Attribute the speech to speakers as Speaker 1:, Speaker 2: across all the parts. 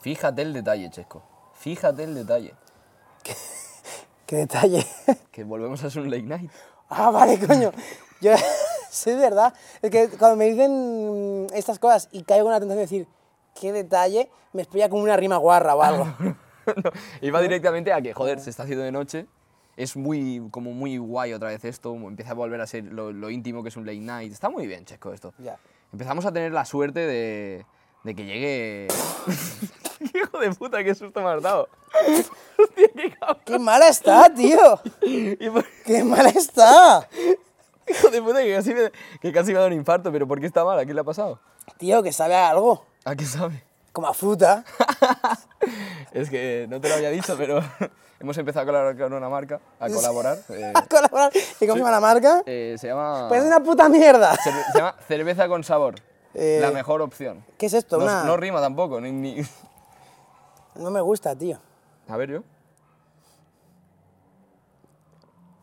Speaker 1: Fíjate el detalle, Chesco. Fíjate el detalle.
Speaker 2: Qué detalle.
Speaker 1: Que volvemos a hacer un late night.
Speaker 2: Ah, vale, coño. Yo, sí, de verdad. Es que cuando me dicen mm, estas cosas y caigo en la tentación de decir, qué detalle, me espilla como una rima guarra o algo.
Speaker 1: No, iba directamente a que, joder, se está haciendo de noche. Es muy, como muy guay otra vez esto. Empieza a volver a ser lo, lo íntimo que es un late night. Está muy bien, Chesco, esto.
Speaker 2: Ya.
Speaker 1: Empezamos a tener la suerte de, de que llegue... ¡Qué hijo de puta, qué susto me has dado! Hostia, qué cabrón.
Speaker 2: ¡Qué mala está, tío!
Speaker 1: Y por-
Speaker 2: ¡Qué mala está!
Speaker 1: Hijo de puta, que casi, me, que casi me ha dado un infarto, pero ¿por qué está mal? ¿A qué le ha pasado?
Speaker 2: Tío, que sabe a algo.
Speaker 1: ¿A qué sabe?
Speaker 2: Como a fruta.
Speaker 1: es que no te lo había dicho, pero hemos empezado a colaborar con una marca, a colaborar. eh,
Speaker 2: A colaborar. ¿Y cómo se llama la marca?
Speaker 1: eh, se, llama,
Speaker 2: Pues es una puta mierda.
Speaker 1: cerve- se llama Cerveza con Sabor,
Speaker 2: Eh,
Speaker 1: la mejor opción.
Speaker 2: ¿Qué es esto?
Speaker 1: No,
Speaker 2: Una-
Speaker 1: no rima tampoco, ni, ni-
Speaker 2: No me gusta, tío.
Speaker 1: A ver, yo.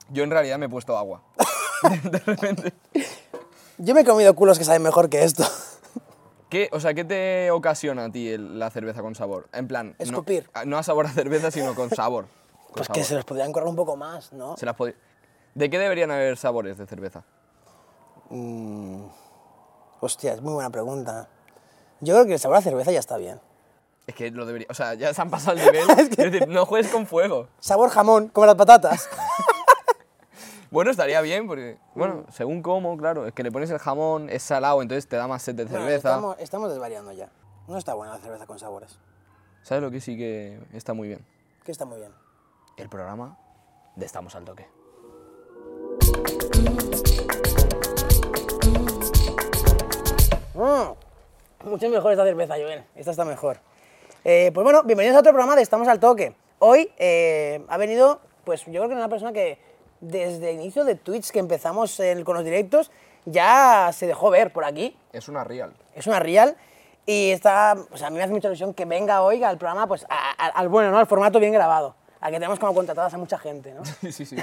Speaker 1: Yo en realidad me he puesto agua. de repente.
Speaker 2: Yo me he comido culos que saben mejor que esto.
Speaker 1: ¿Qué, o sea, ¿qué te ocasiona a ti el- la cerveza con sabor? En plan, no-
Speaker 2: Escupir.
Speaker 1: a- No, a sabor a cerveza, sino con sabor. con
Speaker 2: Pues
Speaker 1: sabor.
Speaker 2: que se los podrían correr un poco más, ¿no?
Speaker 1: Se las pod- ¿De qué deberían haber sabores de cerveza?
Speaker 2: Mm, Hostia, es muy buena pregunta. Yo creo que el sabor a cerveza ya está bien.
Speaker 1: Es que lo debería. O sea, ya se han pasado el nivel.
Speaker 2: Es
Speaker 1: es,
Speaker 2: que-
Speaker 1: decir, no juegues con fuego.
Speaker 2: Sabor jamón, como las patatas.
Speaker 1: Bueno, estaría bien, porque. Bueno, según cómo, claro. Es que le pones el jamón, es salado, entonces te da más sed de
Speaker 2: Bueno,
Speaker 1: cerveza.
Speaker 2: estamos, estamos desvariando ya. No está buena la cerveza con sabores.
Speaker 1: ¿Sabes lo que sí que está muy bien?
Speaker 2: Que está muy bien.
Speaker 1: El programa de Estamos al Toque.
Speaker 2: Mm, mucho mejor esta cerveza, Joel. Esta está mejor. Eh, pues bueno, bienvenidos a otro programa de Estamos al Toque. Hoy eh, ha venido, pues yo creo que una persona que desde el inicio de Twitch que empezamos el- con los directos ya se dejó ver por aquí.
Speaker 1: Es una real.
Speaker 2: Es una real. Y está, pues a mí me hace mucha ilusión que venga hoy al programa, pues a- a- al bueno, ¿no? Al formato bien grabado. Al que tenemos como contratadas a mucha gente, ¿no?
Speaker 1: Sí, sí, sí.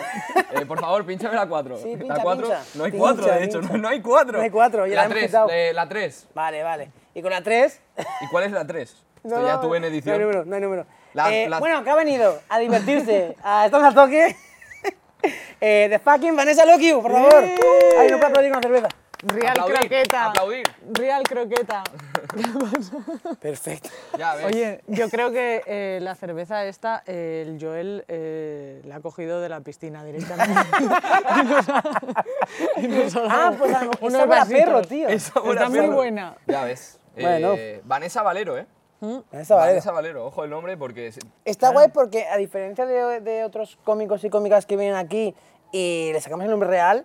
Speaker 1: Eh, por favor, pínchame la 4.
Speaker 2: Sí, pincha,
Speaker 1: la 4.
Speaker 2: pincha.
Speaker 1: No hay
Speaker 2: Pincha,
Speaker 1: 4, de hecho.
Speaker 2: pincha.
Speaker 1: No, no hay 4.
Speaker 2: No hay cuatro, ya la
Speaker 1: La
Speaker 2: hemos
Speaker 1: 3.
Speaker 2: quitado.
Speaker 1: la 3.
Speaker 2: Vale, vale. Y con la 3...
Speaker 1: ¿Y cuál es la 3? Esto ya tuve en edición.
Speaker 2: No hay número, no hay número.
Speaker 1: La-
Speaker 2: Eh,
Speaker 1: la-
Speaker 2: Bueno, que ha venido a divertirse, a estar al toque. eh, the fucking Vanessa Lokiu, por favor.
Speaker 1: ¡Eh!
Speaker 2: Ahí no puedo aplaudir con cerveza.
Speaker 3: Real
Speaker 1: Aplaudir,
Speaker 3: croqueta.
Speaker 1: aplaudir.
Speaker 3: Real croqueta.
Speaker 2: Perfecto.
Speaker 1: Ya
Speaker 2: Pues.
Speaker 1: ves.
Speaker 3: Oye, yo creo que eh, la cerveza esta, eh, el Joel eh, la ha cogido de la piscina directamente. Y nos ha- y nos ha
Speaker 2: Ah,
Speaker 3: dado
Speaker 2: pues a lo mejor
Speaker 3: unos
Speaker 2: sabe a
Speaker 3: vasitos.
Speaker 2: perro, tío.
Speaker 1: Es sabor a
Speaker 3: Está muy
Speaker 1: perro.
Speaker 3: buena.
Speaker 1: Ya ves.
Speaker 2: Bueno.
Speaker 1: Eh, Vanessa Valero, ¿eh?
Speaker 2: Vanessa Valero.
Speaker 1: Vanessa Valero, ojo el nombre porque es-
Speaker 2: Está guay porque, a diferencia de, de otros cómicos y cómicas que vienen aquí y le sacamos el nombre real,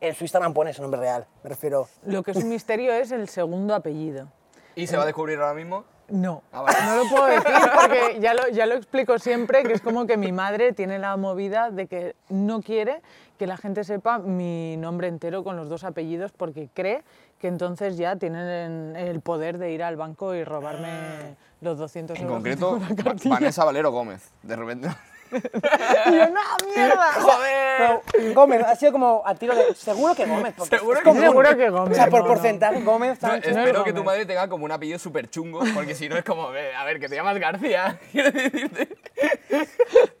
Speaker 2: en su Instagram pone su nombre real. Me refiero.
Speaker 3: Lo que es un misterio es el segundo apellido.
Speaker 1: y se va a descubrir ahora mismo.
Speaker 3: No.
Speaker 1: Ah, vale.
Speaker 3: No lo puedo decir porque ya lo, ya lo explico siempre, que es como que mi madre tiene la movida de que no quiere que la gente sepa mi nombre entero con los dos apellidos porque cree que entonces ya tienen el poder de ir al banco y robarme los 200
Speaker 1: En
Speaker 3: euros. que
Speaker 1: concreto,
Speaker 3: tengo en la
Speaker 1: Va-
Speaker 3: cartilla.
Speaker 1: Vanessa Valero Gómez. De repente.
Speaker 3: Y yo, ¡no, mierda!
Speaker 1: ¡Joder!
Speaker 2: Pero Gómez, ha sido como a tiro de. Seguro que Gómez. porque
Speaker 1: Seguro
Speaker 2: es
Speaker 1: que
Speaker 2: común.
Speaker 1: Gómez.
Speaker 3: Seguro que Gómez,
Speaker 2: O sea, por
Speaker 3: no, no.
Speaker 2: porcentaje, Gómez,
Speaker 1: No,
Speaker 2: Sánchez.
Speaker 1: espero
Speaker 3: es
Speaker 1: que tu
Speaker 3: Gómez.
Speaker 1: madre tenga como un apellido súper chungo, porque si no es como, eh, a ver, que te llamas García. Quiero decirte.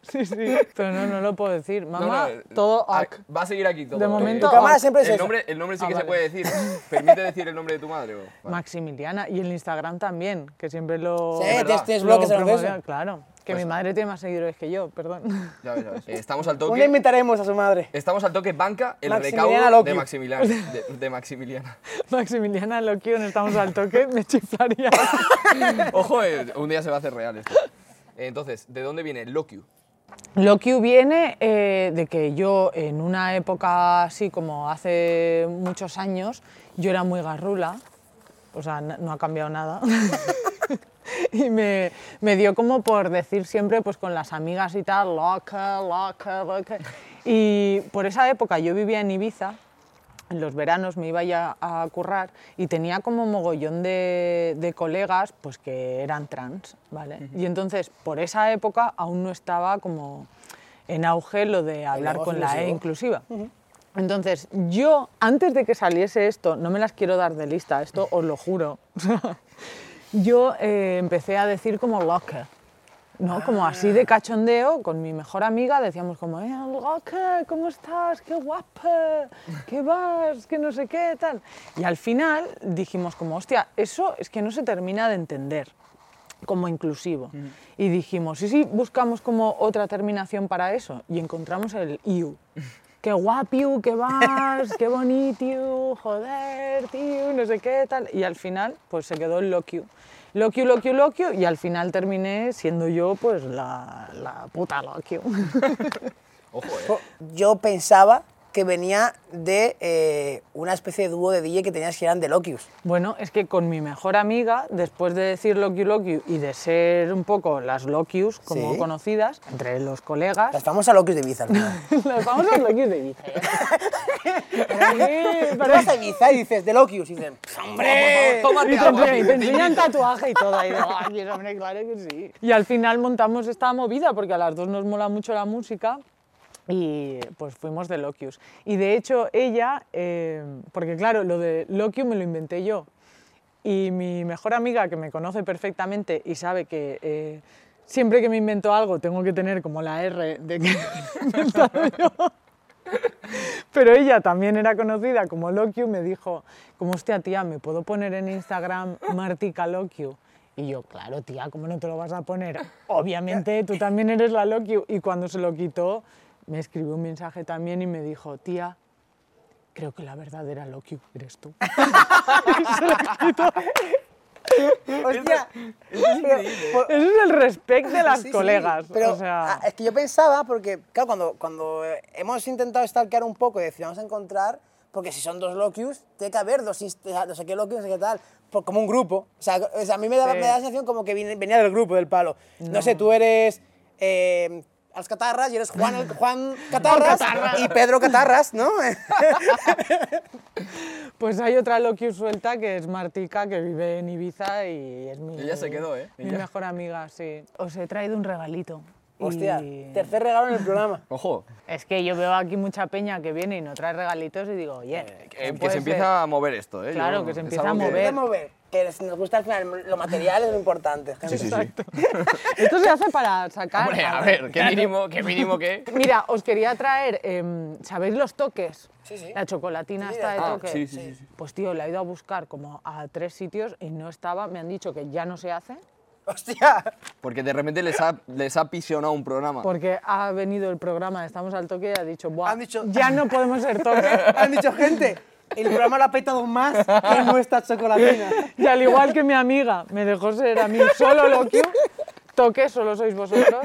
Speaker 3: Sí, sí. Pero no, no lo puedo decir.
Speaker 1: No, no,
Speaker 3: Mamá,
Speaker 1: eh,
Speaker 3: todo
Speaker 1: a-
Speaker 3: ac.
Speaker 1: Va a seguir aquí todo.
Speaker 3: De
Speaker 1: eh,
Speaker 3: momento,
Speaker 2: Tu cámara
Speaker 3: ac.
Speaker 2: siempre es
Speaker 1: el
Speaker 2: esa.
Speaker 1: nombre, el nombre sí
Speaker 3: Ah,
Speaker 1: que se
Speaker 3: vale.
Speaker 1: puede decir. ¿Permite decir el nombre de tu madre? o? Vale.
Speaker 3: Maximiliana y el Instagram también, que siempre lo.
Speaker 1: Es
Speaker 2: Sí,
Speaker 1: verdad.
Speaker 2: tienes, tienes
Speaker 3: lo
Speaker 2: bloques en los Eh, de
Speaker 3: promovían,
Speaker 2: eso.
Speaker 3: Claro, que
Speaker 1: Pues-
Speaker 3: mi madre tiene más seguidores que yo, perdón.
Speaker 1: Ya ves, ya ves. Eh, Estamos al
Speaker 2: Un día
Speaker 1: toque.
Speaker 2: invitaremos a su madre.
Speaker 1: Estamos al toque banca, el
Speaker 2: Maximiliana
Speaker 1: recaudo de
Speaker 2: Locke.
Speaker 1: Maximiliano. De, de Maximiliana.
Speaker 3: Maximiliana Loquio, no estamos al toque, me chiflaría.
Speaker 1: Ojo, eh, un día se va a hacer real esto. Eh, Entonces, ¿de dónde viene Locu?
Speaker 3: Loquio viene eh, de que yo en una época así como hace muchos años, yo era muy garrula, o sea, n- no ha cambiado nada. Y me, me dio como por decir siempre, pues con las amigas y tal, loca, loca, loca. Y por esa época yo vivía en Ibiza en los veranos me iba ya a currar y tenía como mogollón de, de colegas pues que eran trans, ¿vale? Y entonces, por esa época aún no estaba como en auge lo de hablar
Speaker 2: lenguaje
Speaker 3: con la E
Speaker 2: inclusivo.
Speaker 3: inclusiva. Entonces, yo, antes de que saliese esto, no me las quiero dar de lista, esto os lo juro. yo eh, empecé a decir como locker. ¿no? Como así de cachondeo, con mi mejor amiga decíamos como, eh, Locker, ¿cómo estás? ¡Qué guapa! ¿Qué vas? ¿Qué no sé qué? Tal. Y al final dijimos como, hostia, eso es que no se termina de entender como inclusivo. Y dijimos, sí, sí, buscamos como otra terminación para eso. Y encontramos el IU. Qué guapiu, qué vas, qué bonitiu, joder, tío, no sé qué, tal. Y al final, pues se quedó el loquiu. Loquiu, loquiu, loquiu, y al final terminé siendo yo, pues, la, la puta loquiu.
Speaker 1: Ojo, eh.
Speaker 2: Jo, Yo pensaba que venía de eh, una especie de dúo de DJ que tenías que eran de Lokius.
Speaker 3: Bueno, es que con mi mejor amiga, después de decir loquiu, loquiu y de ser un poco las loquius como
Speaker 2: Sí.
Speaker 3: conocidas, entre los colegas,
Speaker 2: Las famosas Lokius de Ibiza. al final.
Speaker 3: las famosas loquius de Ibiza. ¿eh?
Speaker 2: Tú vas a Ibiza y dices, de Lokius, y dicen, ¡hombre!
Speaker 3: Y te, enseñan- y te enseñan tatuaje y todo. Y digo, "Ay, hombre, claro que sí". Y al final montamos esta movida porque a las dos nos mola mucho la música y pues fuimos de Lokius. Y de hecho ella, eh, porque claro, lo de Lokius me lo inventé yo. Y mi mejor amiga, que me conoce perfectamente y sabe que eh, siempre que me invento algo tengo que tener como la R de que lo he inventado yo. Pero ella también era conocida como Lokiu, me dijo, como hostia tía, ¿me puedo poner en Instagram Martica Lokiu? Y yo, claro tía, ¿cómo no te lo vas a poner? Obviamente tú también eres la Lokiu. Y cuando se lo quitó, me escribió un mensaje también y me dijo, tía, creo que la verdadera Lokiu eres tú.
Speaker 2: ¡Hostia! Pero, por-
Speaker 3: Ese es el respect de las
Speaker 2: Sí, sí,
Speaker 3: colegas.
Speaker 2: Pero
Speaker 3: o sea,
Speaker 2: ah, es que yo pensaba, porque claro, cuando, cuando eh, hemos intentado stalkear un poco y decir, vamos a encontrar, porque si son dos Lokius, tiene que haber dos, insta- no sé qué Lokius, no sé qué tal, por- como un grupo. O sea, o sea, a mí me daba,
Speaker 3: Sí.
Speaker 2: me daba la sensación como que vine- venía del grupo, del palo. No, sé, tú eres... eh, a las catarras y eres Juan, el- Juan Catarras y Pedro Catarras, ¿no?
Speaker 3: Pues hay otra Lokius suelta que es Martica, que vive en Ibiza y es mi.
Speaker 1: Ella se quedó, ¿eh?
Speaker 3: Mi
Speaker 1: Ella.
Speaker 3: mejor amiga, sí. Os he traído un regalito.
Speaker 2: Hostia,
Speaker 3: Y
Speaker 2: tercer regalo en el programa.
Speaker 1: Ojo,
Speaker 3: Es que yo veo aquí mucha peña que viene y no trae regalitos y digo, oye.
Speaker 1: Eh, que,
Speaker 3: ¿cómo
Speaker 1: que
Speaker 3: puede
Speaker 1: se
Speaker 3: ser?
Speaker 1: empieza a mover esto, ¿eh?
Speaker 3: Claro, que se
Speaker 1: es
Speaker 3: empieza a
Speaker 1: algo que-
Speaker 3: mover.
Speaker 2: Vamos a ver, que les- nos gusta al final, lo material es lo importante.
Speaker 1: Sí, sí, sí.
Speaker 3: Esto se hace para sacar.
Speaker 1: Hombre, a ver, qué mínimo, qué mínimo que...
Speaker 3: Mira, os quería traer, em, ¿sabéis los toques?
Speaker 2: Sí, sí.
Speaker 3: La chocolatina
Speaker 2: Sí,
Speaker 3: está de
Speaker 2: ah,
Speaker 3: toque.
Speaker 1: sí, sí, sí, sí.
Speaker 3: Pues tío, la he ido a buscar como a tres sitios y no estaba. Me han dicho que ya no se hace.
Speaker 2: Hostia.
Speaker 1: Porque de repente les ha, les ha pisionado un programa.
Speaker 3: Porque ha venido el programa de Estamos al Toque y ha dicho, Buah,
Speaker 2: Han dicho-
Speaker 3: ya no podemos ser toque.
Speaker 2: Han dicho, gente, el programa lo ha petado más que nuestra chocolatina.
Speaker 3: y al igual que mi amiga me dejó ser a mí solo lo que toque, solo sois vosotros,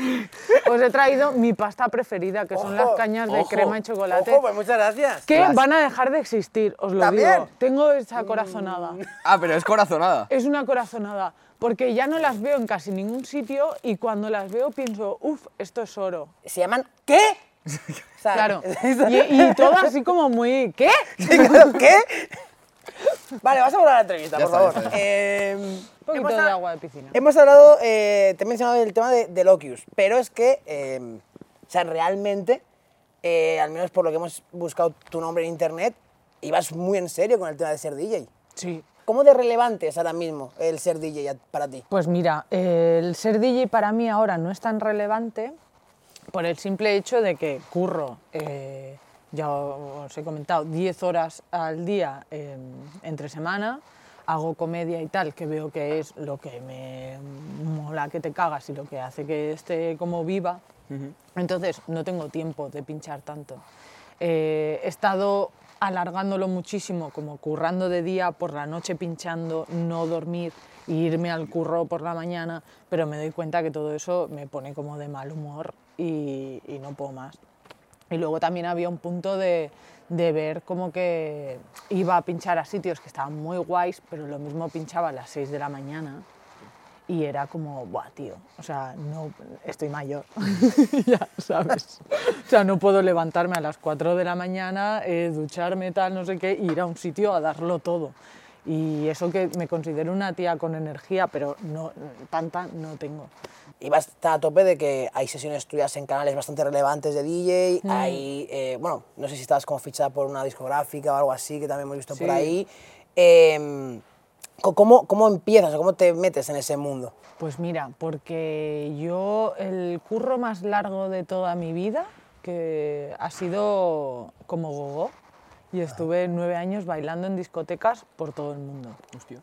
Speaker 3: os he traído mi pasta preferida, que son las
Speaker 2: Ojo,
Speaker 3: cañas de
Speaker 1: ojo,
Speaker 3: crema y chocolate.
Speaker 2: Ojo, pues muchas gracias.
Speaker 3: que
Speaker 1: Las-
Speaker 3: van a dejar de existir, os lo
Speaker 2: ¿También? Mm.
Speaker 3: digo. Tengo esa corazonada.
Speaker 1: Ah, pero es corazonada.
Speaker 3: Es una corazonada, porque ya no las veo en casi ningún sitio y cuando las veo pienso, uff, esto es oro.
Speaker 2: Se llaman ¿Qué? ¿Sabes?
Speaker 3: Claro. Y, y todo así como muy, ¿qué?
Speaker 2: Sí, claro, ¿Qué? Vale, vas a volver a la entrevista,
Speaker 1: Ya
Speaker 2: por
Speaker 1: está, ya
Speaker 2: favor.
Speaker 1: está, ya está.
Speaker 2: Eh,
Speaker 3: Un poquito
Speaker 2: hemos
Speaker 3: de
Speaker 2: ha-
Speaker 3: agua de piscina.
Speaker 2: Hemos hablado, eh, te he mencionado el tema de, de Lokius, pero es que, eh, o sea, realmente, eh, al menos por lo que hemos buscado tu nombre en internet, ibas muy en serio con el tema de ser DJ.
Speaker 3: Sí.
Speaker 2: ¿Cómo de relevante es ahora mismo el ser DJ para ti?
Speaker 3: Pues mira, eh, el ser DJ para mí ahora no es tan relevante por el simple hecho de que curro, eh, ya os he comentado, 10 horas al día eh, entre semana, hago comedia y tal, que veo que es lo que me mola que te cagas y lo que hace que esté como viva. Entonces no tengo tiempo de pinchar tanto. Eh, he estado alargándolo muchísimo, como currando de día, por la noche pinchando, no dormir, e irme al curro por la mañana, pero me doy cuenta que todo eso me pone como de mal humor y, y no puedo más. Y luego también había un punto de, de ver como que iba a pinchar a sitios que estaban muy guays, pero lo mismo pinchaba a las 6 de la mañana. Y era como, buah, tío, o sea, no, estoy mayor, ya sabes. O sea, no puedo levantarme a las 4 de la mañana, eh, ducharme, tal, no sé qué, e ir a un sitio a darlo todo. Y eso que me considero una tía con energía, pero no, tanta no tengo.
Speaker 2: Y va a estar a tope de que hay sesiones tuyas en canales bastante relevantes de DJ,
Speaker 3: Mm.
Speaker 2: hay, eh, bueno, no sé si estabas como fichada por una discográfica o algo así, que también hemos visto por
Speaker 3: Sí.
Speaker 2: ahí. Eh, Co- ¿Cómo, cómo empiezas o cómo te metes en ese mundo?
Speaker 3: Pues mira, porque yo el curro más largo de toda mi vida, que ha sido como gogo, y estuve nueve años bailando en discotecas por todo el mundo.
Speaker 1: Hostia.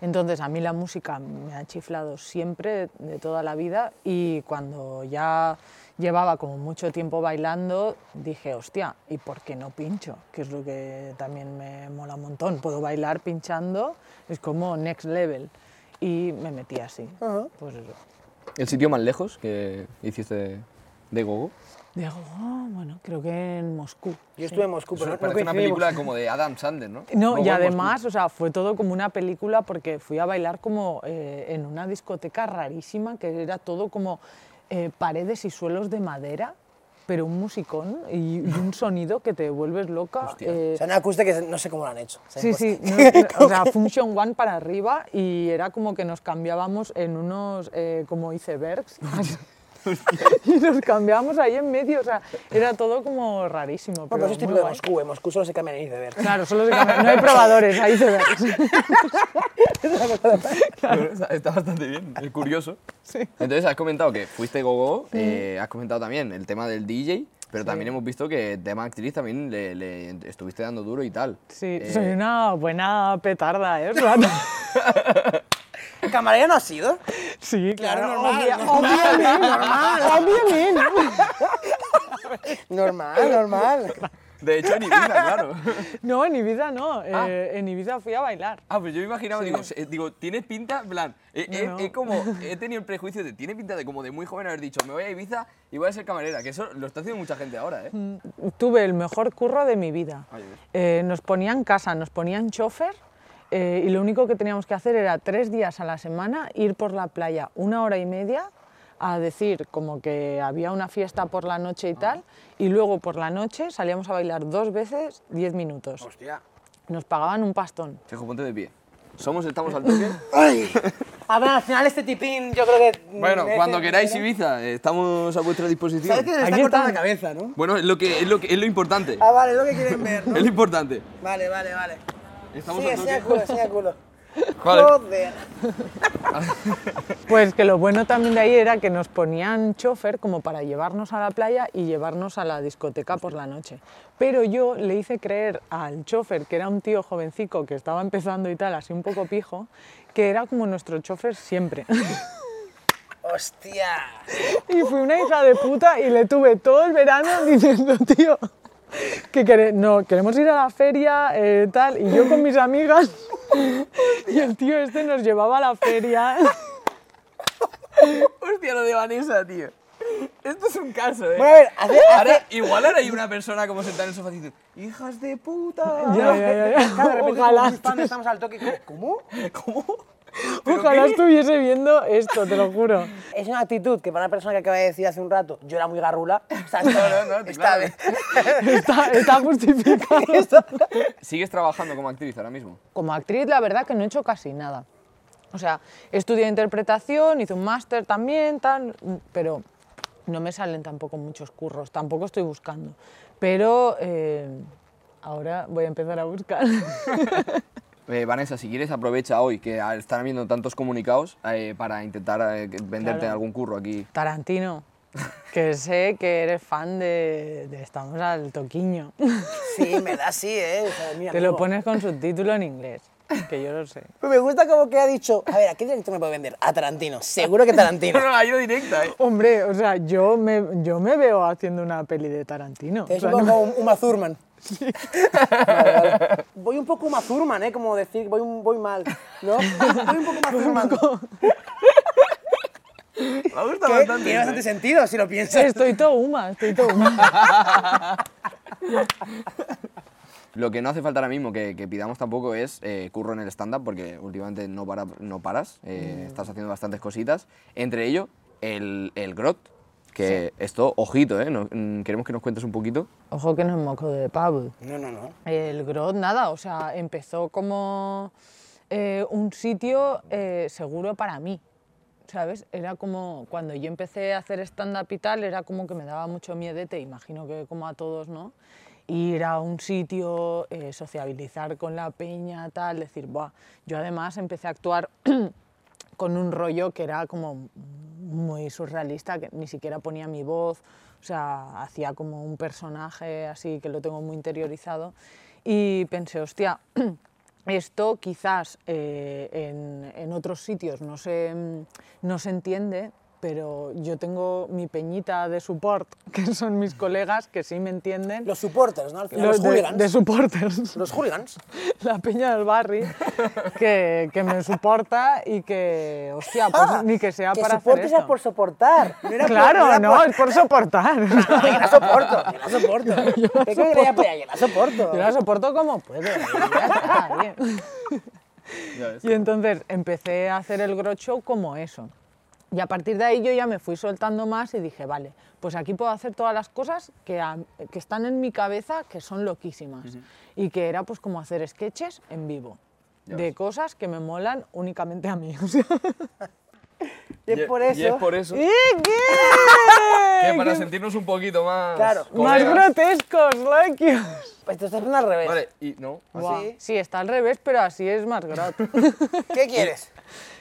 Speaker 3: Entonces a mí la música me ha chiflado siempre, de toda la vida, y cuando ya llevaba como mucho tiempo bailando, dije, hostia, ¿y por qué no pincho? Que es lo que también me mola un montón. Puedo bailar pinchando, es como next level. Y me metí así.
Speaker 2: Ajá.
Speaker 3: Pues eso.
Speaker 1: ¿El sitio más lejos que hiciste de, de gogo?
Speaker 3: Digo, "Ah, bueno, creo que en Moscú.
Speaker 2: Yo estuve en Moscú,
Speaker 1: Eso
Speaker 2: pero no-
Speaker 1: parece
Speaker 2: no
Speaker 1: una
Speaker 2: coincidimos.
Speaker 1: película como de Adam Sandler, ¿no?
Speaker 3: No,
Speaker 1: Gogo
Speaker 3: y
Speaker 1: en
Speaker 3: además, o sea, fue todo como una película porque fui a bailar como eh, en una discoteca rarísima que era todo como eh, paredes y suelos de madera, pero un musicón y, y un sonido que te vuelves loca.
Speaker 1: Hostia.
Speaker 3: eh,
Speaker 2: O sea, una acústica que no sé cómo lo han hecho. Pues, O sea,
Speaker 3: Sí,
Speaker 2: imposible.
Speaker 3: sí, no, no, o sea, Function One para arriba y era como que nos cambiábamos en unos, eh, como icebergs, y nos cambiábamos ahí en medio, o sea, era todo como rarísimo.
Speaker 2: Bueno,
Speaker 3: pero
Speaker 2: pues es
Speaker 3: muy
Speaker 2: típico de
Speaker 3: guay.
Speaker 2: Moscú, en Moscú solo se cambian el iceberg.
Speaker 3: Claro, solo se cambian, no hay probadores, hay icebergs.
Speaker 1: Bueno, está, está bastante bien, es curioso. Entonces, has comentado que fuiste gogo, eh, has comentado también el tema del DJ, pero también hemos visto que tema actriz también le, le estuviste dando duro y tal.
Speaker 3: Sí,
Speaker 1: Eh,
Speaker 3: soy una buena petarda, ¿eh? O sea,
Speaker 2: ¿Camarera no ha sido?
Speaker 3: sí,
Speaker 2: Claro,
Speaker 3: claro,
Speaker 2: normal,
Speaker 3: obvia-
Speaker 2: normal,
Speaker 3: obviamente, obviamente.
Speaker 2: Normal, normal.
Speaker 1: De hecho, en Ibiza, claro.
Speaker 3: No, en Ibiza no,
Speaker 2: Ah.
Speaker 3: eh, en Ibiza fui a bailar.
Speaker 1: Ah, pues yo me imaginaba, digo, eh, digo, tienes pinta, en plan, eh,
Speaker 3: No,
Speaker 1: eh,
Speaker 3: no.
Speaker 1: eh, como, he tenido el prejuicio de, tiene pinta de como de muy joven haber dicho, me voy a Ibiza y voy a ser camarera, que eso lo está haciendo mucha gente ahora,
Speaker 3: Mm.
Speaker 1: ¿eh?
Speaker 3: Tuve el mejor curro de mi vida.
Speaker 1: Ay, Dios.
Speaker 3: Eh, nos ponían casa, nos ponían chofer eh, y lo único que teníamos que hacer era tres días a la semana ir por la playa una hora y media a decir como que había una fiesta por la noche y
Speaker 2: Ah.
Speaker 3: tal y luego por la noche salíamos a bailar dos veces diez minutos.
Speaker 2: Hostia.
Speaker 3: Nos pagaban un pastón.
Speaker 1: Chejo, ponte de pie. Somos, estamos al toque.
Speaker 2: ¡Ay! A ver, al final este tipín yo creo que...
Speaker 1: Bueno,
Speaker 2: merece-
Speaker 1: cuando queráis Ibiza, eh, estamos a vuestra disposición.
Speaker 2: ¿Sabes que le está
Speaker 3: Aquí
Speaker 2: cortando la
Speaker 3: están.
Speaker 2: cabeza, no?
Speaker 1: Bueno, es lo que es lo que es lo importante.
Speaker 2: Ah, vale, es lo que quieren ver, ¿no?
Speaker 1: Es lo importante.
Speaker 2: Vale, vale, vale.
Speaker 1: Estamos
Speaker 2: Sigue,
Speaker 1: al
Speaker 2: sigue
Speaker 1: toque.
Speaker 2: el culo, sigue el culo.
Speaker 1: Vale.
Speaker 2: Joder.
Speaker 3: Pues que lo bueno también de ahí era que nos ponían chofer como para llevarnos a la playa y llevarnos a la discoteca por la noche. Pero yo le hice creer al chofer, que era un tío jovencico que estaba empezando y tal, así un poco pijo, que era como nuestro chofer siempre.
Speaker 2: Hostia.
Speaker 3: Y fui una hija de puta y le tuve todo el verano diciendo, tío, que quere- no, queremos ir a la feria, eh, tal, y yo con mis amigas. Y el tío este nos llevaba a la feria.
Speaker 1: Hostia, lo de Vanessa, tío. Esto es un caso, eh.
Speaker 2: Bueno, a ver, hace...
Speaker 1: Ahora, eh, igual ahora hay una persona como sentada en el sofá diciendo, hijas de puta.
Speaker 3: Ya, ya, ya, ya.
Speaker 2: Claro, de repente
Speaker 3: Ojalá.
Speaker 2: como flipando, estamos al toque. ¿Cómo?
Speaker 1: ¿Cómo? ¿Pero
Speaker 3: Ojalá
Speaker 1: qué?
Speaker 3: estuviese viendo esto, te lo juro.
Speaker 2: Es una actitud que para una persona que acaba de decir hace un rato, yo era muy garrula, o sea,
Speaker 1: No, no, no,
Speaker 2: está
Speaker 1: claro.
Speaker 2: bien.
Speaker 3: Está, está justificado.
Speaker 1: Sigues trabajando como actriz ahora mismo.
Speaker 3: Como actriz, la verdad que no he hecho casi nada. O sea, estudié interpretación, hice un máster también, tal, pero no me salen tampoco muchos curros, tampoco estoy buscando. Pero eh, ahora voy a empezar a buscar.
Speaker 1: Eh, Vanessa, si quieres aprovecha hoy que al- están habiendo tantos comunicados eh, para intentar eh, que- venderte
Speaker 3: Claro.
Speaker 1: algún curro aquí.
Speaker 3: Tarantino, que sé que eres fan de, de Estamos al Toquiño.
Speaker 2: Sí, en verdad sí, ¿eh? O sea, mira,
Speaker 3: Te lo
Speaker 2: amigo.
Speaker 3: pones con subtítulo en inglés, que yo lo sé.
Speaker 2: Pero me gusta como que ha dicho, a ver, ¿a qué director me puede vender? A Tarantino, seguro que Tarantino.
Speaker 1: ha ido directa, eh.
Speaker 3: Hombre, o sea, yo me, yo me veo haciendo una peli de Tarantino.
Speaker 2: Es
Speaker 3: O
Speaker 2: un
Speaker 3: sea, no-
Speaker 2: poco un Uma Thurman. Vale, vale. Voy un poco Uma Thurman, ¿eh? Como decir, voy, un- voy mal, ¿no? Voy un poco Uma Thurman.
Speaker 1: Me gusta
Speaker 2: Que
Speaker 1: bastante.
Speaker 2: Tiene bastante
Speaker 1: ¿eh?
Speaker 2: sentido si lo piensas.
Speaker 3: Estoy todo huma, estoy todo huma.
Speaker 1: Lo que no hace falta ahora mismo que, que pidamos tampoco es eh, curro en el stand-up, porque últimamente no, para, no paras, eh, estás haciendo bastantes cositas. Entre ello, el, el grot, que esto, ojito, ¿eh? no- mm, queremos que nos cuentes un poquito.
Speaker 3: Ojo que no es moco de pavo.
Speaker 2: No, no, no.
Speaker 3: El Grot, nada, o sea, empezó como eh, un sitio eh, seguro para mí, ¿sabes? Era como, cuando yo empecé a hacer stand-up y tal, era como que me daba mucho miedete, imagino que como a todos, ¿no? ir a un sitio, eh, sociabilizar con la peña, tal, decir, Buah. yo además empecé a actuar con un rollo que era como muy surrealista, que ni siquiera ponía mi voz, o sea, hacía como un personaje así que lo tengo muy interiorizado y pensé, hostia, esto quizás eh, en, en otros sitios no se, mm, no se entiende, pero yo tengo mi peñita de support, que son mis colegas que sí me entienden.
Speaker 2: Los supporters, ¿no? Al final, los,
Speaker 3: Los de,
Speaker 2: hooligans.
Speaker 3: de supporters
Speaker 2: Los hooligans.
Speaker 3: la peña del barrio que, que me soporta y que, hostia, pues
Speaker 2: Ah,
Speaker 3: ni que sea
Speaker 2: que
Speaker 3: para hacer
Speaker 2: soportes es
Speaker 3: esto.
Speaker 2: por soportar. No era por-
Speaker 3: claro,
Speaker 2: era
Speaker 3: no,
Speaker 2: por-
Speaker 3: es por soportar.
Speaker 2: No, yo la soporto, yo la soporto. ¿Qué crees que voy a Yo la soporto.
Speaker 3: Yo la soporto como puedo. y ya está, bien.
Speaker 1: Ya ves.
Speaker 3: Y entonces empecé a hacer el grot show como eso. Y a partir de ahí yo ya me fui soltando más y dije, vale, pues aquí puedo hacer todas las cosas que, a- que están en mi cabeza que son loquísimas. Y que era pues como hacer sketches en vivo.
Speaker 1: Ya
Speaker 3: de
Speaker 1: ves.
Speaker 3: cosas que me molan únicamente a mí. o sea.
Speaker 2: Y es por eso.
Speaker 1: Y es por eso.
Speaker 3: ¡Eh,
Speaker 1: Que
Speaker 3: qué!
Speaker 1: para sentirnos un poquito más.
Speaker 2: Claro.
Speaker 3: Más
Speaker 1: colegas.
Speaker 3: grotescos, loquios.
Speaker 2: Pues te estás haciendo al revés.
Speaker 1: Vale, y no. así.
Speaker 3: Buah, Sí, está al revés, pero así es más grot.
Speaker 2: ¿Qué quieres?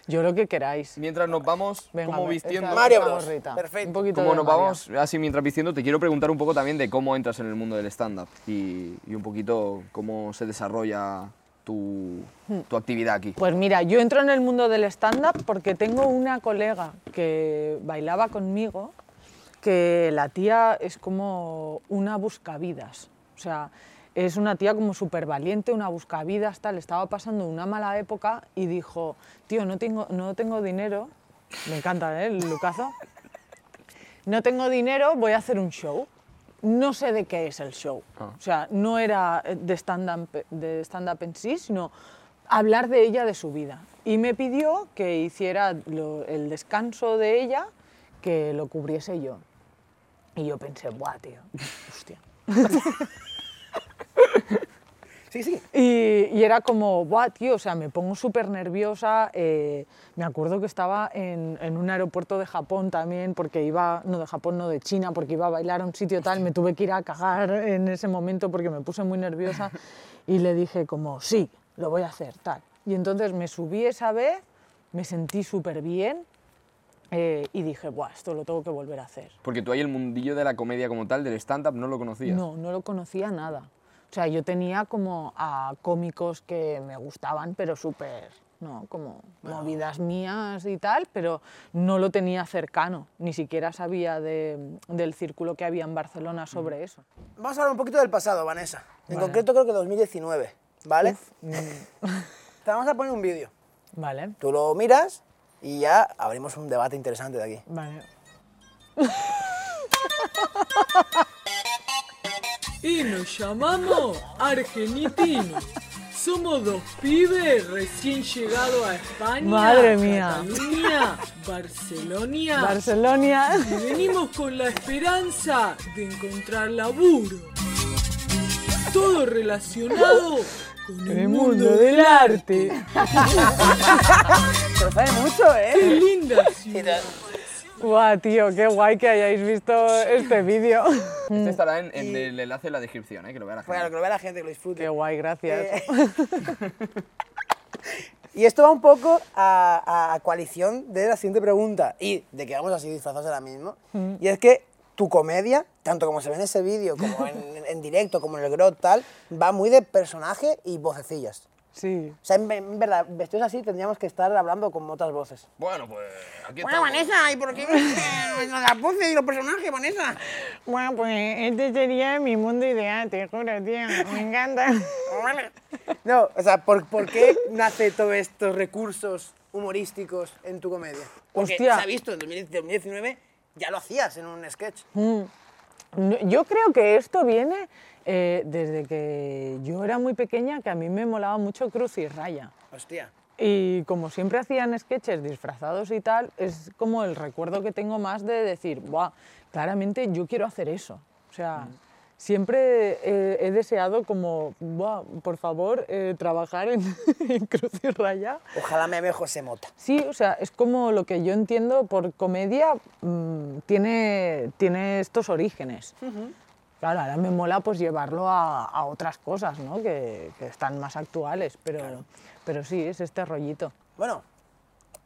Speaker 3: Yo lo que queráis.
Speaker 1: Mientras nos vamos,
Speaker 3: Venga,
Speaker 1: como
Speaker 3: ve-
Speaker 1: vistiendo.
Speaker 3: esta-
Speaker 2: Mario
Speaker 3: esta
Speaker 2: Bros.
Speaker 3: gorrita.
Speaker 2: Perfecto.
Speaker 3: Un poquito
Speaker 1: Como
Speaker 3: de
Speaker 1: nos
Speaker 3: Mario.
Speaker 1: vamos así mientras vistiendo, te quiero preguntar un poco también de cómo entras en el mundo del stand-up y, y un poquito cómo se desarrolla tu, tu actividad aquí.
Speaker 3: Pues mira, yo entro en el mundo del stand-up porque tengo una colega que bailaba conmigo, que la tía es como una buscavidas. O sea, es una tía como súper valiente, una buscavidas, tal. Estaba pasando una mala época y dijo, tío, no tengo, no tengo dinero. Me encanta, ¿eh? El Lucazo. no tengo dinero, voy a hacer un show. No sé de qué es el show. O sea, no era eh, de stand-up de stand en sí, sino hablar de ella, de su vida. Y me pidió que hiciera lo- el descanso de ella, que lo cubriese yo. Y yo pensé, buah, tío, hostia.
Speaker 2: Sí, sí.
Speaker 3: Y, y era como, guau, tío, o sea, me pongo súper nerviosa. eh, me acuerdo que estaba en, en un aeropuerto de Japón también, porque iba, no de Japón, no de China, porque iba a bailar a un sitio tal. Me tuve que ir a cagar en ese momento porque me puse muy nerviosa. Y le dije como, sí, lo voy a hacer, tal. Y entonces me subí esa vez, me sentí súper bien eh, y dije, guau, esto lo tengo que volver a hacer.
Speaker 1: Porque tú ahí el mundillo de la comedia como tal, del stand-up, no lo conocías.
Speaker 3: No, no lo conocía nada. O sea, yo tenía como a cómicos que me gustaban, pero súper, ¿no? Como movidas mías y tal, pero no lo tenía cercano. Ni siquiera sabía de- del círculo que había en Barcelona sobre eso.
Speaker 2: Vamos a hablar un poquito del pasado, Vanessa. En concreto creo que 2019, ¿vale?
Speaker 3: mm.
Speaker 2: Te vamos a poner un vídeo.
Speaker 3: Vale,
Speaker 2: Tú lo miras y ya abrimos un debate interesante de aquí.
Speaker 3: vale.
Speaker 4: Y nos llamamos argentinos. Somos dos pibes recién llegados a España.
Speaker 3: Madre mía.
Speaker 4: Cataluña,
Speaker 3: Ah.
Speaker 4: Barcelona.
Speaker 3: Barcelona.
Speaker 4: y venimos con la esperanza de encontrar laburo. Todo relacionado con el, mundo de
Speaker 3: del arte.
Speaker 2: Se lo sabe mucho, ¿eh?
Speaker 4: qué linda ciudad.
Speaker 3: Guau, tío, qué guay que hayáis visto este vídeo.
Speaker 1: Este estará en, en el enlace de la descripción, eh, que lo vea la gente.
Speaker 2: Bueno, que lo vea la gente, que lo disfrute. Eh,
Speaker 3: Qué guay, gracias.
Speaker 2: Y esto va un poco a, a coalición de la siguiente pregunta y de que vamos así disfrazados ahora mismo.
Speaker 3: Mm.
Speaker 2: Y es que tu comedia, tanto como se ve en ese vídeo, como en, en directo, como en el grot tal, va muy de personaje y vocecillas.
Speaker 3: Sí.
Speaker 2: O sea, en, ve- en verdad, vestidos así tendríamos que estar hablando con otras voces.
Speaker 1: Bueno, pues aquí
Speaker 2: Bueno,
Speaker 1: estamos.
Speaker 2: Vanessa, ¿y por qué las voces y los personajes, Vanessa?
Speaker 3: Bueno, pues este sería mi mundo ideal, te juro, tío. Me encanta.
Speaker 2: No, o sea, ¿por, por qué nace todos estos recursos humorísticos en tu comedia? Porque
Speaker 3: Hostia.
Speaker 2: se ha visto en 2010 2019, ya lo hacías en un sketch.
Speaker 3: No, Yo creo que esto viene eh, desde que yo era muy pequeña, que a mí me molaba mucho Cruz y Raya.
Speaker 2: Hostia.
Speaker 3: Y como siempre hacían sketches disfrazados y tal, es como el recuerdo que tengo más de decir, Buah, claramente yo quiero hacer eso. O sea, siempre eh, he deseado como, Buah, por favor, eh, trabajar en, en Cruz y Raya.
Speaker 2: Ojalá me vea José Mota.
Speaker 3: Sí, o sea, es como lo que yo entiendo por comedia, mm, tiene, tiene estos orígenes. Claro, ahora me mola pues llevarlo a, a otras cosas, ¿no? Que, que están más actuales, pero, pero sí, es este rollito.
Speaker 2: Bueno,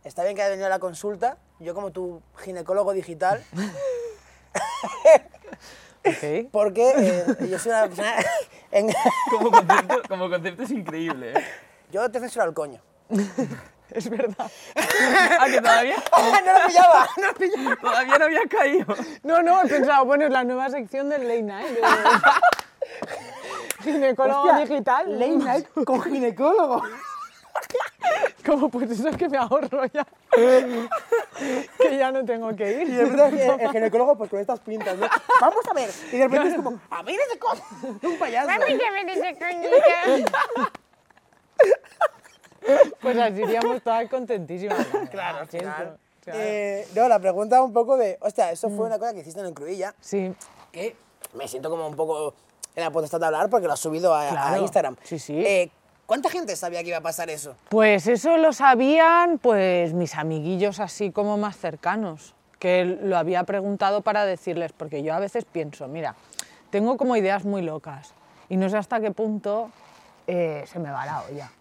Speaker 2: está bien que haya venido a la consulta. Yo como tu ginecólogo digital,
Speaker 3: ¿ok?
Speaker 2: porque eh, yo soy una persona... en-
Speaker 1: Como concepto, como concepto es increíble, ¿eh?
Speaker 2: yo te censuro al coño.
Speaker 3: Es verdad. ¿A que todavía?
Speaker 2: ¡No lo pillaba! ¡No lo pillaba!
Speaker 1: Todavía no había caído.
Speaker 3: No, no, he pensado, bueno, es la nueva sección del Late Night. de- Ginecólogo
Speaker 2: Hostia,
Speaker 3: digital.
Speaker 2: Late night con ginecólogo.
Speaker 3: Como pues eso es que me ahorro ya. que ya no tengo que ir.
Speaker 2: Y de repente el, el ginecólogo pues con estas pintas, ¿no? Vamos a ver. Y de repente es como, a ver ese cosa. Un payaso.
Speaker 3: Pues así iríamos todas contentísimas. la verdad,
Speaker 2: Claro,
Speaker 3: siento,
Speaker 2: claro.
Speaker 3: claro.
Speaker 2: Eh, no, la pregunta un poco de, hostia, eso fue una cosa que hiciste en el Cruilla,
Speaker 3: Mm. Sí,
Speaker 2: que me siento como un poco en la potestad de hablar porque lo has subido a, a
Speaker 3: Claro.
Speaker 2: Instagram.
Speaker 3: Sí, sí.
Speaker 2: Eh, ¿Cuánta gente sabía que iba a pasar eso?
Speaker 3: Pues eso lo sabían pues mis amiguillos así como más cercanos, que lo había preguntado para decirles, porque yo a veces pienso, mira, tengo como ideas muy locas y no sé hasta qué punto eh, se me va la olla.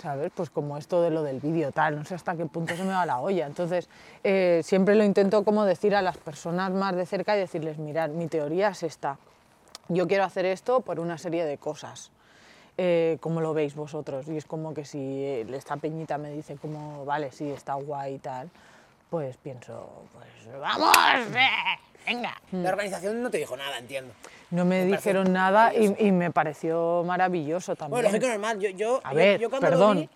Speaker 3: ¿Sabes? Pues como esto de lo del vídeo tal, no sé hasta qué punto se me va la olla. Entonces, eh, siempre lo intento como decir a las personas más de cerca y decirles, mirad, mi teoría es esta. Yo quiero hacer esto por una serie de cosas eh, como lo veis vosotros. Y es como que si eh, esta peñita me dice como, vale, sí, está guay y tal, pues pienso, pues vamos, eh, venga.
Speaker 2: La organización no te dijo nada, entiendo.
Speaker 3: No me
Speaker 2: pareció
Speaker 3: dijeron nada y, y me pareció maravilloso también.
Speaker 2: Bueno, lógico normal. Yo, yo,
Speaker 3: a
Speaker 2: yo-
Speaker 3: ver,
Speaker 2: yo cuando lo
Speaker 3: perdón.
Speaker 2: vi-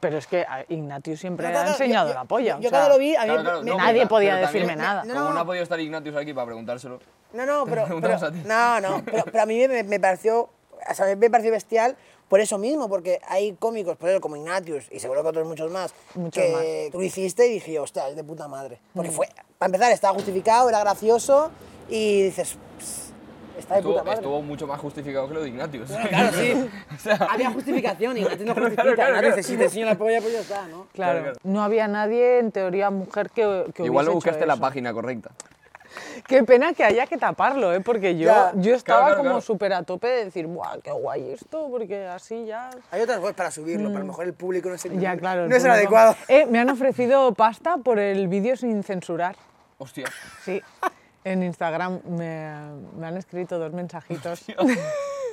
Speaker 3: Pero es que a Ignatius siempre
Speaker 2: No,
Speaker 3: ha
Speaker 2: claro, yo-
Speaker 3: enseñado
Speaker 2: yo-
Speaker 3: la polla.
Speaker 2: Yo,
Speaker 3: o
Speaker 2: yo
Speaker 3: sea,
Speaker 2: cuando lo vi, a mí
Speaker 1: Claro, claro,
Speaker 2: me-
Speaker 1: no,
Speaker 3: nadie
Speaker 1: pero-
Speaker 3: podía
Speaker 1: pero
Speaker 3: decirme
Speaker 1: también-
Speaker 3: nada.
Speaker 2: No,
Speaker 1: Como
Speaker 2: no.
Speaker 1: no ha podido estar Ignatius aquí para preguntárselo.
Speaker 2: No, no, pero.
Speaker 1: preguntamos
Speaker 2: pero-
Speaker 1: a ti.
Speaker 2: no, no, pero, pero a mí me, me pareció. O sea, me pareció bestial por eso mismo, porque hay cómicos, por ejemplo, como Ignatius y seguro que otros muchos más,
Speaker 3: Muchos
Speaker 2: que
Speaker 3: más.
Speaker 2: tú lo hiciste y dije, hostia, es de puta madre.
Speaker 1: Mm.
Speaker 2: Porque fue, para empezar, estaba justificado, era gracioso y dices, "Pss, está de puta
Speaker 1: Estuvo,
Speaker 2: madre.
Speaker 1: estuvo mucho más justificado que lo de Ignatius.
Speaker 2: Claro, sí.
Speaker 1: O sea,
Speaker 2: Había justificación, Ignatius no justifica.
Speaker 1: claro, claro,
Speaker 2: Ignatius,
Speaker 1: claro.
Speaker 2: Si te enseño la polla, pues ya está, ¿no?
Speaker 3: Claro,
Speaker 1: Claro, claro.
Speaker 3: no había nadie en teoría mujer que, que
Speaker 1: Igual
Speaker 3: hubiese
Speaker 1: lo
Speaker 3: hecho
Speaker 1: buscaste en la
Speaker 3: eso.
Speaker 1: página correcta.
Speaker 3: Qué pena que haya que taparlo, ¿eh? porque yo,
Speaker 2: Ya.
Speaker 3: yo estaba
Speaker 1: claro,
Speaker 3: como
Speaker 1: claro.
Speaker 3: súper a tope de decir, ¡buah, qué guay esto! Porque así ya.
Speaker 2: Hay otras webs para subirlo, pero a lo mejor el público no, se,
Speaker 3: Ya, claro.
Speaker 2: no es el
Speaker 3: no-
Speaker 2: adecuado.
Speaker 3: Eh, me han ofrecido pasta por el vídeo sin censurar.
Speaker 1: Hostia.
Speaker 3: Sí. En Instagram me, me han escrito dos mensajitos.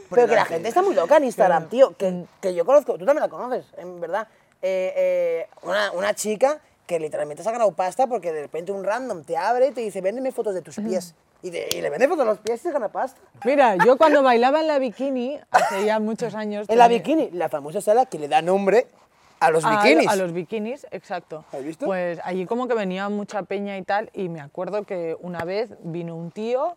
Speaker 2: Pero que la gente está muy loca en Instagram, tío. Que, que yo conozco, tú también la conoces, en verdad. Eh, eh, una, una chica que literalmente se ha ganado pasta porque de repente un random te abre y te dice, véndeme fotos de tus pies. Y, te- y le vende fotos de los pies y se gana pasta.
Speaker 3: Mira, yo cuando bailaba en la bikini, hace ya muchos años.
Speaker 2: En la
Speaker 3: tenía-
Speaker 2: bikini, la famosa sala que le da nombre a los
Speaker 3: a-
Speaker 2: bikinis.
Speaker 3: A, los bikinis, exacto.
Speaker 2: ¿Has visto?
Speaker 3: Pues allí como que venía mucha peña y tal, y me acuerdo que una vez vino un tío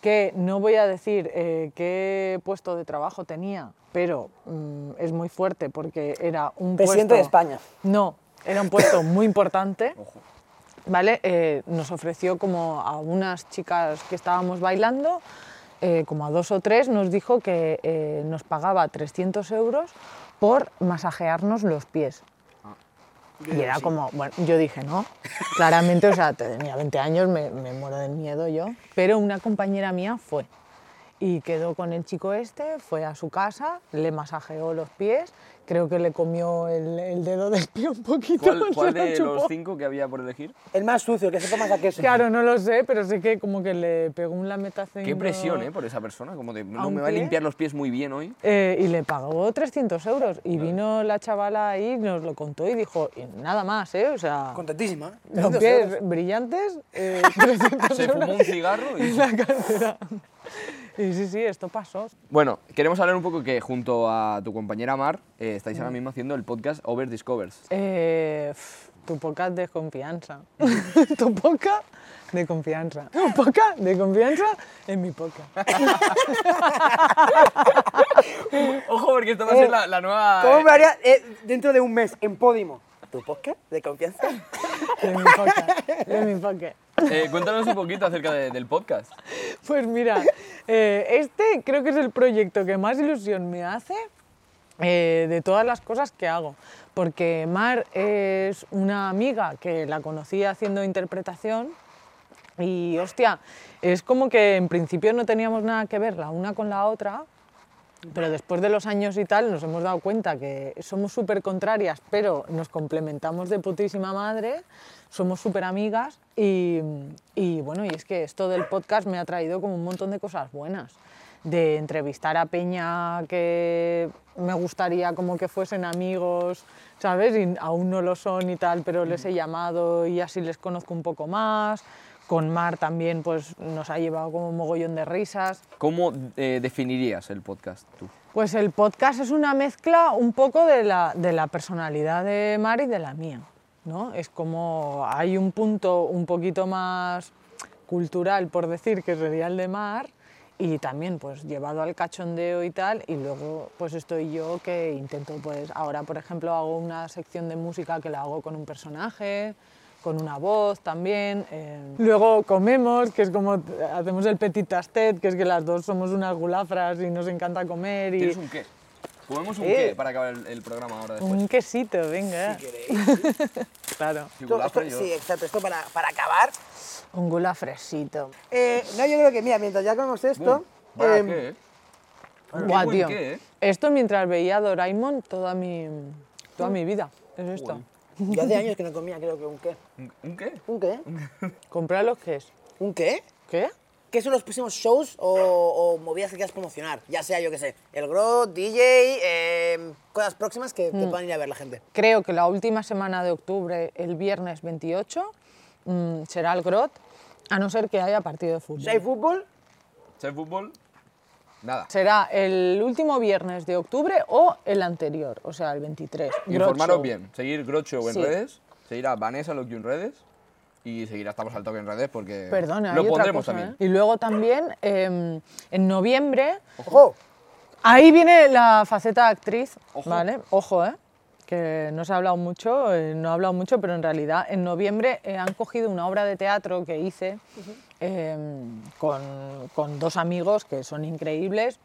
Speaker 3: que no voy a decir eh, qué puesto de trabajo tenía, pero mm, es muy fuerte porque era un
Speaker 2: Presidente
Speaker 3: puesto-
Speaker 2: de España.
Speaker 3: No, era un puesto muy importante. ¿vale? Eh, nos ofreció como a unas chicas que estábamos bailando, eh, como a dos o tres, nos dijo que eh, nos pagaba 300 euros por masajearnos los pies. Y era como, bueno, yo dije, no, claramente, o sea, tenía 20 años, me, me muero de miedo yo, pero una compañera mía fue y quedó con el chico este, fue a su casa, le masajeó los pies, creo que le comió el, el dedo del pie un poquito.
Speaker 1: ¿Cuál,
Speaker 3: se
Speaker 1: cuál
Speaker 3: lo
Speaker 1: de
Speaker 3: chupó.
Speaker 1: los cinco que había por elegir?
Speaker 2: El más sucio, el que se más a queso.
Speaker 3: Claro, no lo sé, pero sé que como que le pegó un lametazo.
Speaker 1: Qué presión, ¿eh? Por esa persona. Como de, no me va a
Speaker 3: Aunque-
Speaker 1: limpiar los pies muy bien hoy.
Speaker 3: Eh, y le pagó 300 euros. Y vino la chavala ahí, nos lo contó y dijo, "Y nada más, ¿eh? O sea,
Speaker 2: Contentísima. ¿eh?
Speaker 3: los pies brillantes, eh, 300
Speaker 1: Se
Speaker 3: euros
Speaker 1: fumó un cigarro y...
Speaker 3: en la cartera. Y sí, sí, esto pasó.
Speaker 1: Bueno, queremos hablar un poco que junto a tu compañera Mar eh, estáis ahora mismo haciendo el podcast Over Discovers.
Speaker 3: Eh, pf, tu poca de confianza. tu poca de confianza. Tu poca de confianza en mi poca.
Speaker 1: Ojo, porque esto va a ser la, la nueva...
Speaker 2: ¿Cómo me haría eh, dentro de un mes en Podimo? ¿Tu podcast de confianza?
Speaker 3: De mi poca. De mi poca.
Speaker 1: Eh, cuéntanos un poquito acerca de- del podcast.
Speaker 3: Pues mira, eh, este creo que es el proyecto que más ilusión me hace eh, de todas las cosas que hago. Porque Mar es una amiga que la conocí haciendo interpretación Y hostia, es como que en principio no teníamos nada que ver la una con la otra, pero después de los años y tal nos hemos dado cuenta que somos súper contrarias, pero nos complementamos de putísima madre, somos súper amigas y, y bueno, y es que esto del podcast me ha traído como un montón de cosas buenas de entrevistar a Peña que me gustaría como que fuesen amigos, ¿sabes? Y aún no lo son y tal, pero les he llamado y así les conozco un poco más. Con Mar también pues nos ha llevado como un mogollón de risas.
Speaker 1: ¿Cómo eh, definirías el podcast tú?
Speaker 3: Pues el podcast es una mezcla un poco de la, de la personalidad de Mar y de la mía, ¿no? Es como hay un punto un poquito más cultural, por decir, que sería el de Mar, y también pues llevado al cachondeo y tal y luego pues estoy yo que intento pues ahora por ejemplo hago una sección de música que la hago con un personaje con una voz también eh. luego comemos que es como hacemos el petit tastet que es que las dos somos unas gulafras y nos encanta comer y
Speaker 1: ¿Tienes un qué? Comemos un
Speaker 3: Eh.
Speaker 1: qué para acabar el, el programa ahora después.
Speaker 3: un quesito venga claro
Speaker 1: Si
Speaker 2: Esto-
Speaker 1: gulafre,
Speaker 2: esto-
Speaker 1: Mm. yo-
Speaker 2: sí, exacto, esto para, para acabar.
Speaker 3: un gulafresito
Speaker 2: Eh, no, yo creo que, mira, mientras ya comemos esto,
Speaker 1: Vaya,
Speaker 2: em,
Speaker 1: ¿qué, eh? Qué
Speaker 3: Guau,
Speaker 1: buen
Speaker 3: tío.
Speaker 1: qué, eh.
Speaker 3: esto mientras veía Doraemon toda mi toda
Speaker 1: Mm.
Speaker 3: mi vida es esto
Speaker 2: yo hace años que no comía, creo que un qué.
Speaker 1: ¿Un- ¿Un qué?
Speaker 2: ¿Un qué?
Speaker 3: comprar los que es
Speaker 2: ¿Un qué?
Speaker 3: qué
Speaker 2: ¿Qué son los próximos shows o, o movidas que quieras promocionar? Ya sea, yo qué sé, el Grot, DJ, em, cosas próximas que, que puedan ir a ver la gente.
Speaker 3: creo que la última semana de octubre, el viernes 28, mm, será el Grot, a no ser que haya partido de
Speaker 2: Si hay fútbol,
Speaker 3: fútbol.
Speaker 1: ¿Si hay fútbol? Nada.
Speaker 3: Será el último viernes de octubre o el anterior, o sea, el 23. Grot
Speaker 1: Informaros
Speaker 3: Show.
Speaker 1: bien. Seguir Grocho en
Speaker 3: Sí.
Speaker 1: redes, seguir a Vanessa Loki en redes y seguir a Estamos al Toque en redes porque
Speaker 3: Perdona,
Speaker 1: lo
Speaker 3: hay otra
Speaker 1: pondremos
Speaker 3: cosa,
Speaker 1: también.
Speaker 3: ¿eh? Y luego también, em, en noviembre,
Speaker 2: ojo,
Speaker 3: Ahí viene la faceta actriz,
Speaker 1: Ojo.
Speaker 3: ¿vale? Ojo, ¿eh? Que no se ha hablado mucho, eh, no ha hablado mucho, pero en realidad en noviembre eh, han cogido una obra de teatro que hice eh, con, con dos amigos que son increíbles,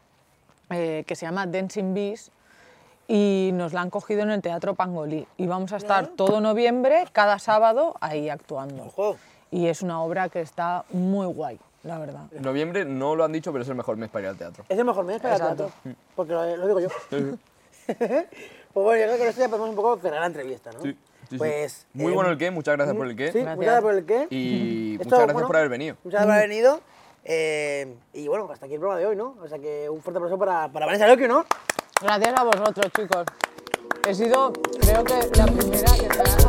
Speaker 3: eh, que se llama Dancing Bees, y nos la han cogido en el Teatro Pangolí. Y vamos a estar todo noviembre, cada sábado, ahí actuando.
Speaker 2: Ojo.
Speaker 3: Y es una obra que está muy guay, la verdad.
Speaker 1: Noviembre no lo han dicho, pero es el mejor mes para ir al teatro.
Speaker 2: es el mejor mes para el
Speaker 3: Exacto.
Speaker 2: teatro, porque lo, lo digo yo. pues bueno, yo creo que con esto ya podemos un poco cerrar la entrevista, ¿no?
Speaker 1: Sí, sí, sí.
Speaker 2: pues,
Speaker 1: Muy
Speaker 3: eh,
Speaker 2: em,
Speaker 1: bueno el qué, muchas gracias por el qué.
Speaker 2: Sí, muchas gracias por el qué.
Speaker 1: Y
Speaker 2: Esto,
Speaker 1: muchas gracias
Speaker 2: bueno,
Speaker 1: por haber venido.
Speaker 2: Muchas gracias por haber venido. Eh, y bueno, hasta aquí el programa de hoy, ¿no? O sea que un fuerte aplauso para, para Vanessa Loki, ¿no?
Speaker 3: Gracias a vosotros, chicos. He sido, creo que la primera que trae